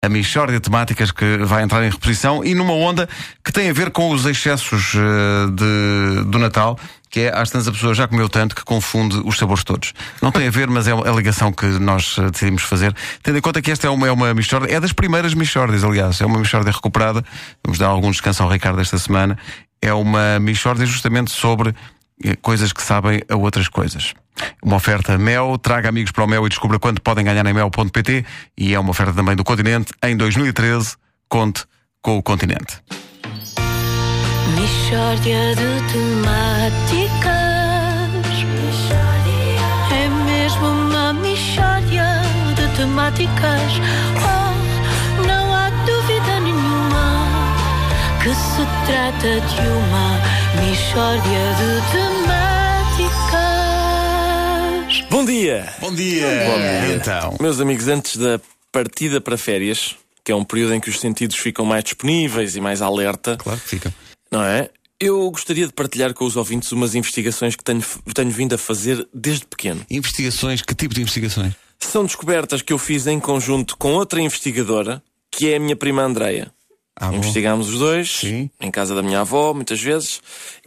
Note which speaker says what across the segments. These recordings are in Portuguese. Speaker 1: a mixórdia de temáticas que vai entrar em reposição e numa onda que tem a ver com os excessos eh, de- do Natal, que é às tantas a pessoa já comeu tanto que confunde os sabores todos. Não tem a ver, mas é a ligação que nós eh, decidimos fazer, tendo em conta que esta é uma, é uma mixórdia, é das primeiras mixórdias, aliás, é uma mixórdia recuperada, vamos dar algum descanso ao Ricardo esta semana, é uma mixórdia justamente sobre eh, coisas que sabem a outras coisas. Uma oferta Mel, traga amigos para o Mel e descubra quanto podem ganhar em mel.pt e é uma oferta também do Continente. Em 2013, conte com o Continente.
Speaker 2: Mistória de temáticas. É mesmo uma mistória de temáticas. Oh, não há dúvida nenhuma que se trata de uma mistória de temáticas.
Speaker 3: Bom dia,
Speaker 1: Bom dia! Bom dia. Então,
Speaker 3: meus amigos. Antes da partida para férias, que é um período em que os sentidos ficam mais disponíveis e mais alerta,
Speaker 1: claro que fica.
Speaker 3: não é? Eu gostaria de partilhar com os ouvintes umas investigações que tenho, tenho vindo a fazer desde pequeno.
Speaker 1: Investigações, que tipo de investigações?
Speaker 3: São descobertas que eu fiz em conjunto com outra investigadora, que é a minha prima Andreia.
Speaker 1: Ah, bom.
Speaker 3: Investigámos os dois,
Speaker 1: Sim.
Speaker 3: em casa da minha avó, muitas vezes,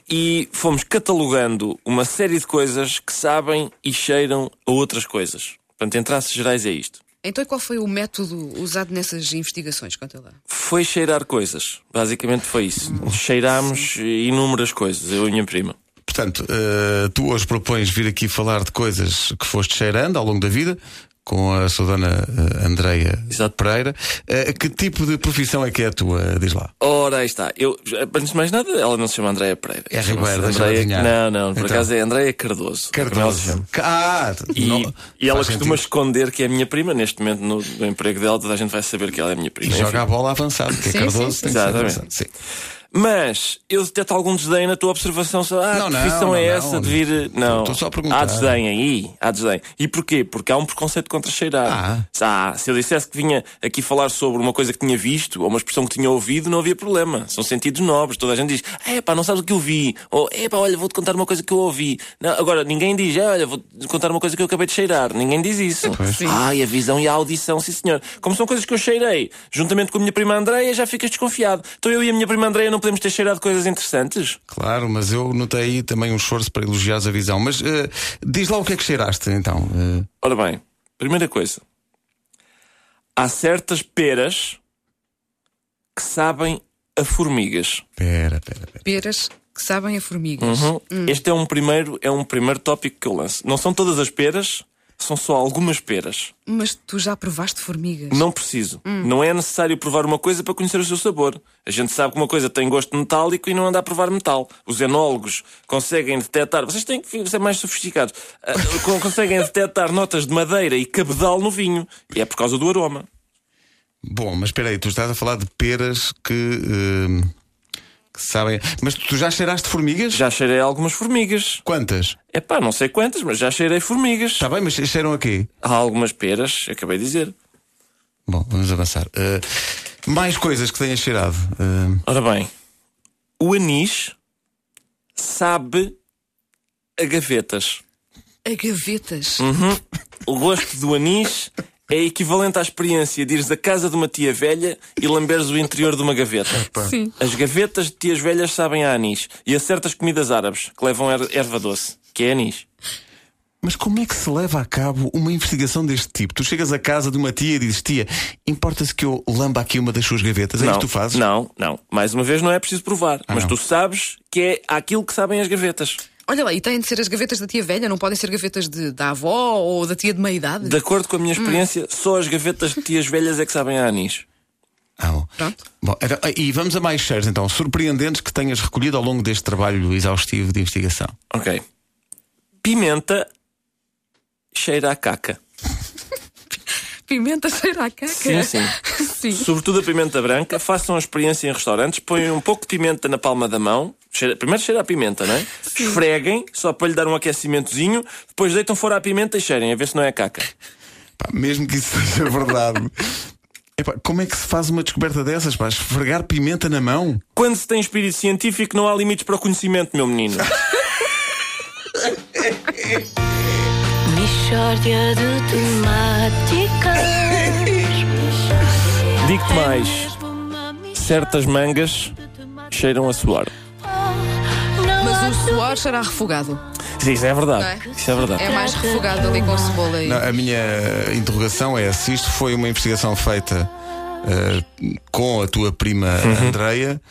Speaker 3: e fomos catalogando uma série de coisas que sabem e cheiram a outras coisas. Portanto, em traços gerais é isto.
Speaker 4: Então, e qual foi o método usado nessas investigações? Conta lá.
Speaker 3: Foi cheirar coisas. Basicamente foi isso. Cheirámos inúmeras coisas, eu e minha prima.
Speaker 1: Portanto, eh, tu hoje propões vir aqui falar de coisas que foste cheirando ao longo da vida. Com a sua dona eh, Andreia
Speaker 3: Exato.
Speaker 1: Pereira. Eh, que tipo de profissão é que é a tua? Diz lá.
Speaker 3: Ora, aí está. Eu, antes de mais nada, ela não se chama Andréia Pereira.
Speaker 1: É
Speaker 3: Chama-se
Speaker 1: Ribeiro, deixa-me
Speaker 3: Andréia-
Speaker 1: adivinhar.
Speaker 3: Não, não, por
Speaker 1: Então.
Speaker 3: acaso é Andréia Cardoso. É como ela se chama.
Speaker 1: Ah,
Speaker 3: E,
Speaker 1: não-
Speaker 3: e ela
Speaker 1: faz
Speaker 3: costuma
Speaker 1: sentido.
Speaker 3: esconder que é minha prima. Neste momento, no, no emprego dela, toda a gente vai saber que ela é minha
Speaker 1: E
Speaker 3: prima. Enfim.
Speaker 1: joga a bola avançada, que é
Speaker 4: Sim,
Speaker 1: Cardoso.
Speaker 4: sim,
Speaker 1: tem
Speaker 3: sim.
Speaker 1: que ser
Speaker 3: Exatamente.
Speaker 1: avançado. Sim.
Speaker 3: Mas eu deteto algum desdém na tua observação. sobre, Ah,
Speaker 1: Não,
Speaker 3: que
Speaker 1: não,
Speaker 3: profissão é
Speaker 1: não,
Speaker 3: essa
Speaker 1: não.
Speaker 3: de vir. Não,
Speaker 1: Estou só a perguntar.
Speaker 3: Há desdém aí. Há desdém. E porquê? Porque há um preconceito contra cheirar.
Speaker 1: Ah.
Speaker 3: Se- ah, se eu dissesse que vinha aqui falar sobre uma coisa que tinha visto ou uma expressão que tinha ouvido, não havia problema. São sentidos nobres. Toda a gente diz: é pá, não sabes o que eu vi. Ou é pá, olha, vou-te contar uma coisa que eu ouvi. Não, agora, ninguém diz: "É, olha, vou-te contar uma coisa que eu acabei de cheirar. Ninguém diz isso. Ah, e a visão e a audição, sim senhor. Como são coisas que eu cheirei, juntamente com a minha prima Andreia, já ficas desconfiado. Então eu e a minha prima Andreia não podemos ter cheirado coisas interessantes?
Speaker 1: Claro, mas eu notei aí também um esforço para elogiares a visão. Mas eh, diz lá o que é que cheiraste, então. eh.
Speaker 3: Ora bem, primeira coisa. Há certas peras que sabem a formigas.
Speaker 1: Pera, pera, pera.
Speaker 4: Peras que sabem a formigas.
Speaker 3: Este é um primeiro, é um primeiro tópico que eu lanço. Não são todas as peras, são só algumas peras.
Speaker 4: Mas tu já provaste formigas?
Speaker 3: Não preciso. Não é necessário provar uma coisa para conhecer o seu sabor. A gente sabe que uma coisa tem gosto metálico e não anda a provar metal. Os enólogos conseguem detectar. Vocês têm que ser mais sofisticados. Ah, con- conseguem detectar notas de madeira e cabedal no vinho. E é por causa do aroma.
Speaker 1: Bom, mas espera aí, tu estás a falar de peras que. eh, que sabem. Mas tu já cheiraste formigas?
Speaker 3: Já cheirei algumas formigas.
Speaker 1: Quantas?
Speaker 3: Epá, não sei quantas, mas já cheirei formigas.
Speaker 1: Está bem, mas cheiram aqui.
Speaker 3: Há algumas peras, acabei de dizer.
Speaker 1: Bom, vamos avançar. Eh, mais coisas que tenhas cheirado. Eh,
Speaker 3: Ora bem, o anis sabe a gavetas.
Speaker 4: A gavetas.
Speaker 3: Uhum. O gosto do anis é equivalente à experiência de ires à casa de uma tia velha e lamberes o interior de uma gaveta.
Speaker 4: Sim.
Speaker 3: As gavetas de tias velhas sabem a anis e a certas comidas árabes que levam er- erva doce, que é anis.
Speaker 1: mas como é que se leva a cabo uma investigação deste tipo? Tu chegas à casa de uma tia e dizes: Tia, importa-se que eu lamba aqui uma das suas gavetas? É
Speaker 3: não,
Speaker 1: isto que tu fazes? Ah,
Speaker 3: Não, não. Mais uma vez, não é preciso provar. mas
Speaker 1: não.
Speaker 3: tu sabes que é aquilo que sabem as gavetas.
Speaker 4: Olha lá, e têm de ser as gavetas da tia velha, não podem ser gavetas de, da avó ou da tia de meia idade?
Speaker 3: De acordo com a minha experiência, só as gavetas de tias velhas é que sabem a anis.
Speaker 1: Ah, bom.
Speaker 4: Pronto.
Speaker 1: Bom, então, e vamos a mais cheiros, então, surpreendentes que tenhas recolhido ao longo deste trabalho exaustivo de investigação.
Speaker 3: Ok. Pimenta cheira a caca.
Speaker 4: Pimenta cheira a caca.
Speaker 3: Sim, sim.
Speaker 4: Sim.
Speaker 3: Sobretudo a pimenta branca, façam a experiência em restaurantes, ponham um pouco de pimenta na palma da mão. Cheira- primeiro cheira a pimenta, não é? Esfreguem, só para lhe dar um aquecimentozinho, depois deitam fora a pimenta e cheirem, a ver se não é caca.
Speaker 1: Pá, mesmo que isso seja verdade. Epá, como é que se faz uma descoberta dessas? Pá? Esfregar pimenta na mão?
Speaker 3: Quando se tem espírito científico, não há limites para o conhecimento, meu menino.
Speaker 2: Mistória de temáticas.
Speaker 3: Digo-te mais, certas mangas cheiram a suor.
Speaker 2: um
Speaker 4: Mas o suor será refogado.
Speaker 3: Sim, Isso é verdade.
Speaker 4: Não é?
Speaker 3: Isso é verdade.
Speaker 4: É mais refogado ali com cebola e.
Speaker 1: Não, a minha interrogação é se isto foi uma investigação feita eh, com a tua prima
Speaker 3: Uhum.
Speaker 1: Andreia.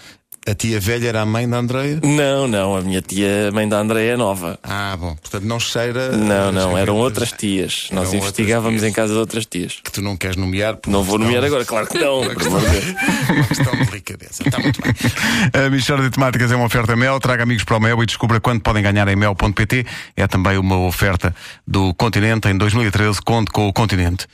Speaker 1: A tia velha era a mãe da Andreia?
Speaker 3: Não, não, a minha tia, mãe da Andréia é nova.
Speaker 1: Ah, bom, portanto não cheira.
Speaker 3: Não,
Speaker 1: eh,
Speaker 3: não, eram
Speaker 1: coisas
Speaker 3: outras tias.
Speaker 1: Eram
Speaker 3: Nós
Speaker 1: outras
Speaker 3: investigávamos
Speaker 1: tias.
Speaker 3: em casa de outras tias.
Speaker 1: Que tu não queres nomear. porque
Speaker 3: Não vou
Speaker 1: senão-
Speaker 3: nomear agora, claro que não. por amor de Deus.
Speaker 1: Uma questão de delicadeza. Está muito bem.
Speaker 5: A Michórdia de Temáticas é uma oferta Mel. Traga amigos para o Mel e descubra quanto podem ganhar em mel.pt. É também uma oferta do Continente em 2013. Conte com o Continente.